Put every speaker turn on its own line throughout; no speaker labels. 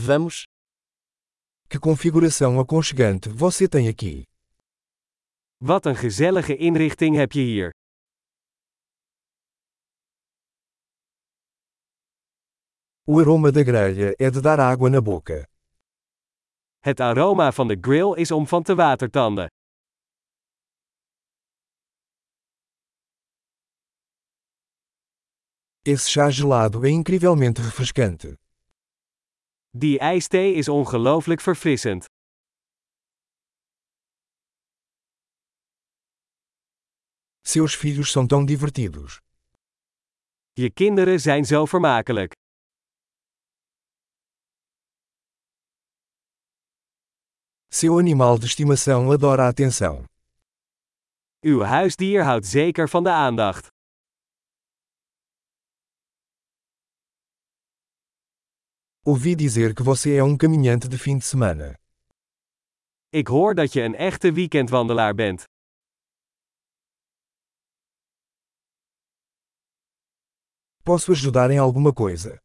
Vamos.
Que configuração aconchegante você tem aqui.
Wat een gezellige inrichting heb je hier.
O aroma da grelha é de dar água na boca.
Het aroma van de grill is om van te watertanden.
Esse chá gelado é incrivelmente refrescante.
Die ijsthee is ongelooflijk verfrissend.
Seus filhos são tão divertidos.
Je kinderen zijn zo vermakelijk.
Seu animal de estimação adora a atenção.
Uw huisdier houdt zeker van de aandacht.
Ouvi dizer que você é um caminhante de fim de semana.
Ik hoor dat je een echte weekendwandelaar bent.
Posso ajudar em alguma coisa?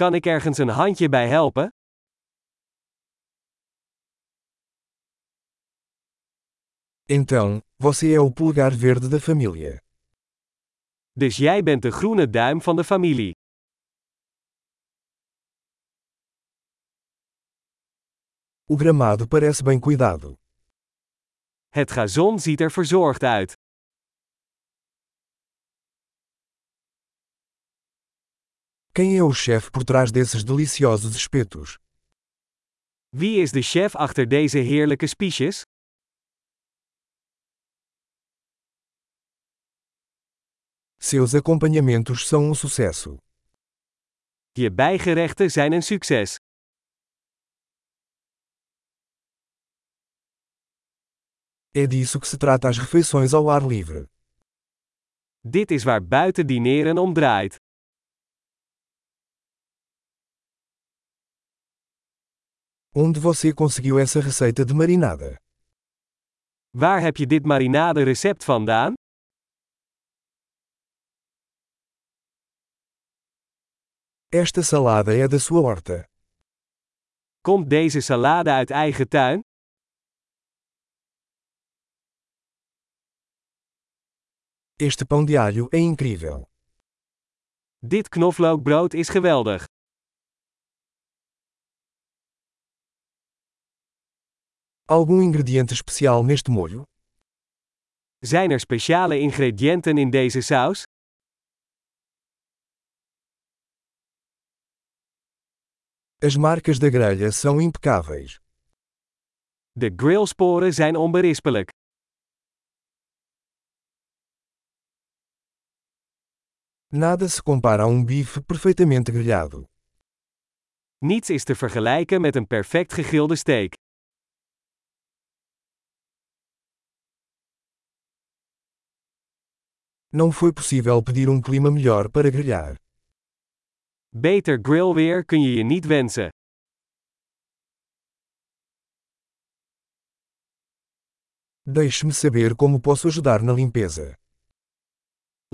Kan ik ergens een handje bij helpen?
Então, você é o pulgar verde da família.
Dus jij bent de groene duim van de familie.
O gramado parece bem cuidado.
Het gazon ziet er verzorgd uit.
Quem é o chefe por trás desses deliciosos espetos?
Wie is de chef achter deze heerlijke spiesjes?
Seus acompanhamentos são um sucesso.
Je bijgerechten zijn een succes.
É disso que se trata as refeições ao ar livre.
Dit is waar buiten dineren om draait.
Onde você conseguiu essa receita de marinada?
Waar heb je dit marinade recept vandaan?
Esta salada é da sua horta.
Komt deze salade uit eigen tuin?
Este pão de alho é incrível.
Dit knoflookbrood is geweldig.
Algum ingrediente especial neste molho?
Zijn er speciale ingrediënten in deze saus?
As marcas da grelha são impecáveis.
De grillsporen zijn onberispelijk.
Nada se compara a um bife perfeitamente grelhado.
Niets is te vergelijken met een perfect gegrilde steak.
Não foi possível pedir um clima melhor para grelhar.
Beter grillweer kun je je niet wensen.
Deixe-me saber como posso ajudar na limpeza.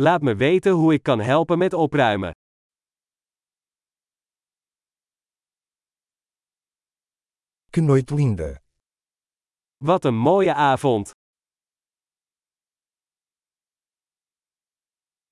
Laat me weten hoe ik kan helpen met opruimen.
Que noite linda!
Wat een mooie avond!